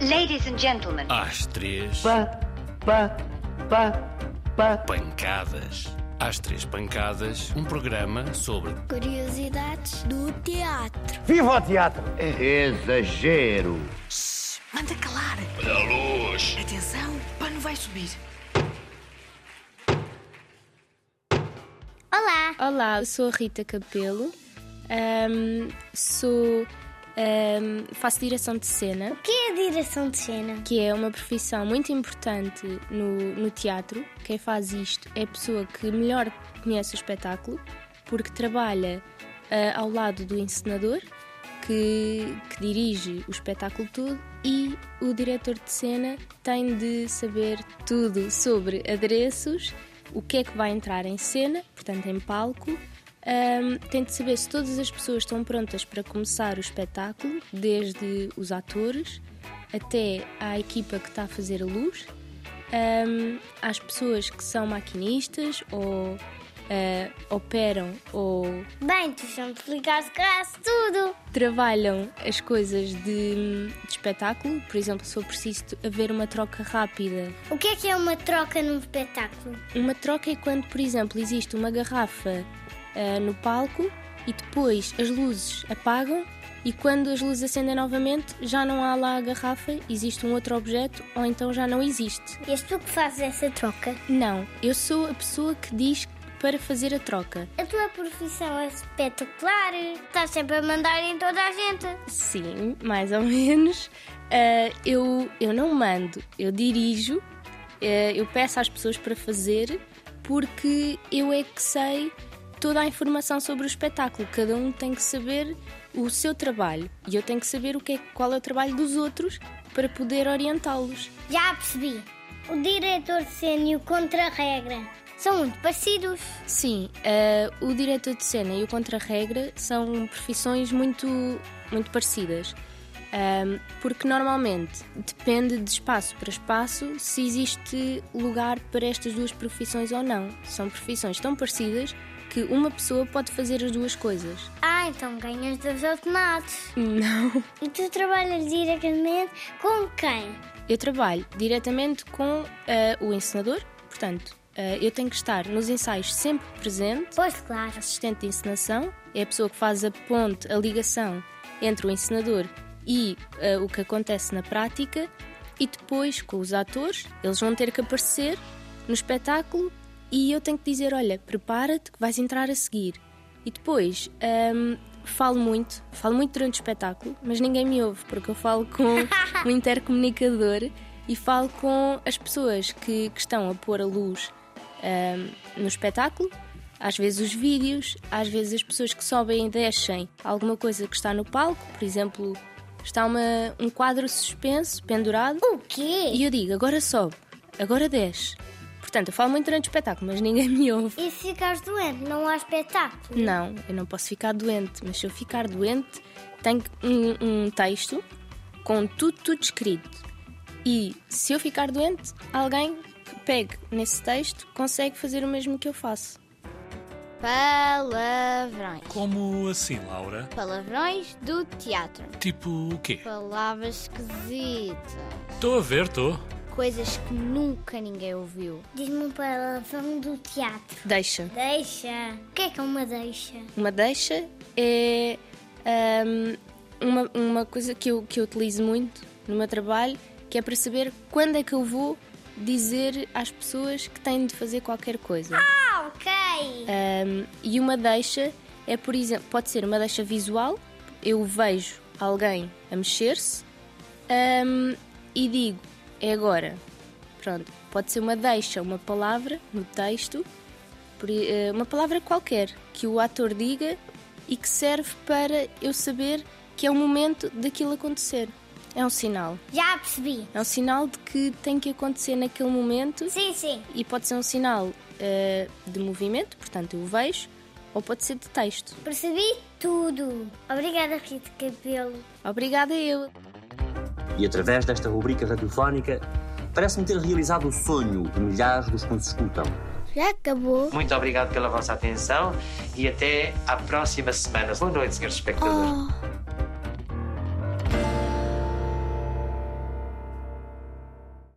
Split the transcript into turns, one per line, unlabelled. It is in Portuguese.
Ladies and gentlemen,
Às três,
pá, pá, pá, pá.
pancadas. Às três pancadas, um programa sobre
Curiosidades do teatro.
Viva o teatro!
Exagero.
Manda calar. Olha a luz. Atenção, o pano vai subir.
Olá!
Olá, eu sou a Rita Capelo, ahm, sou, ahm, faço direção de cena,
O que é a direção de cena?
que é uma profissão muito importante no, no teatro. Quem faz isto é a pessoa que melhor conhece o espetáculo, porque trabalha ah, ao lado do encenador, que, que dirige o espetáculo todo, e o diretor de cena tem de saber tudo sobre adereços, o que é que vai entrar em cena, portanto em palco, Ahm, tem de saber se todas as pessoas estão prontas para começar o espetáculo, desde os atores até à equipa que está a fazer a luz, ahm, às pessoas que são maquinistas ou ah, operam ou
Bem, tu já me explicaste quase tudo!
trabalham as coisas de, de espetáculo. Por exemplo, se for preciso haver uma troca rápida
O que é que é uma troca num espetáculo?
Uma troca é quando, por exemplo, existe uma garrafa ah, no palco e depois as luzes apagam e quando as luzes acendem novamente já não há lá a garrafa, existe um outro objeto ou então já não existe.
És tu que fazes essa troca?
Não, eu sou a pessoa que diz para fazer a troca.
A tua profissão é espetacular! Estás sempre a mandar em toda a gente!
Sim, mais ou menos. Ah, eu, eu não mando, eu dirijo, eh, eu peço às pessoas para fazer, porque eu é que sei toda a informação sobre o espetáculo. Cada um tem que saber o seu trabalho e eu tenho que saber o que é, qual é o trabalho dos outros para poder orientá-los.
Já percebi! O diretor de cena e o contra-regra são muito parecidos!
Sim, eh, o diretor de cena e o contra-regra são profissões muito, muito parecidas. Ahm, porque normalmente depende de espaço para espaço se existe lugar para estas duas profissões ou não. São profissões tão parecidas que uma pessoa pode fazer as duas coisas.
Ah, então ganhas dois automados!
Não.
E tu trabalhas diretamente com quem?
Eu trabalho diretamente com ah, o encenador, portanto, ah, eu tenho que estar nos ensaios sempre presente.
Pois claro.
assistente de encenação, é a pessoa que faz a ponte, a ligação entre o encenador e eh, o que acontece na prática, e depois com os atores, eles vão ter que aparecer no espetáculo e eu tenho que dizer: olha, prepara-te que vais entrar a seguir. E depois ahm, falo muito, falo muito durante o espetáculo, mas ninguém me ouve porque eu falo com um intercomunicador e falo com as pessoas que, que estão a pôr a luz ahm, no espetáculo. Às vezes os vídeos, às vezes as pessoas que sobem e descem alguma coisa que está no palco, por exemplo, está uma- um quadro suspenso, pendurado,
O quê?
e eu digo agora sobe, agora desce. Portanto, eu falo muito durante o espetáculo, mas ninguém me ouve.
E se ficares doente, não há espetáculo?
Não, eu não posso ficar doente, mas se eu ficar doente, tenho um, um texto com tudo, tudo escrito. E se eu ficar doente, alguém que pegue nesse texto consegue fazer o mesmo que eu faço.
Palavrões.
Como assim, Laura?
Palavrões do teatro.
Tipo o quê?
Palavras esquisitas.
Estou a ver, estou.
Coisas que nunca ninguém ouviu.
Diz-me um palavrão do teatro.
Deixa.
Deixa. O que é que é uma deixa?
Uma deixa é ahm, uma, uma coisa que eu, que eu utilizo muito no meu trabalho, que é para saber quando é que eu vou dizer às pessoas que têm de fazer qualquer coisa.
Ah, ok.
Um, e uma deixa é, por exemplo, pode ser uma deixa visual, eu vejo alguém a mexer-se um, e digo, é agora. Pronto, pode ser uma deixa, uma palavra no texto, por i- eh, uma palavra qualquer que o ator diga e que serve para eu saber que é o momento daquilo acontecer. É um sinal.
Já percebi.
É um sinal de que tem que acontecer naquele momento
Sim, sim.
e pode ser um sinal eh, de movimento, portanto eu o vejo, ou pode ser de texto.
Percebi tudo. Obrigada, Rita Cabelo.
Obrigada eu.
E através desta rubrica radiofónica, parece-me ter realizado o sonho de milhares dos que nos escutam.
Já acabou?
Muito obrigado pela vossa atenção e até à próxima semana. Boa noite, senhores espectadores.
Oh.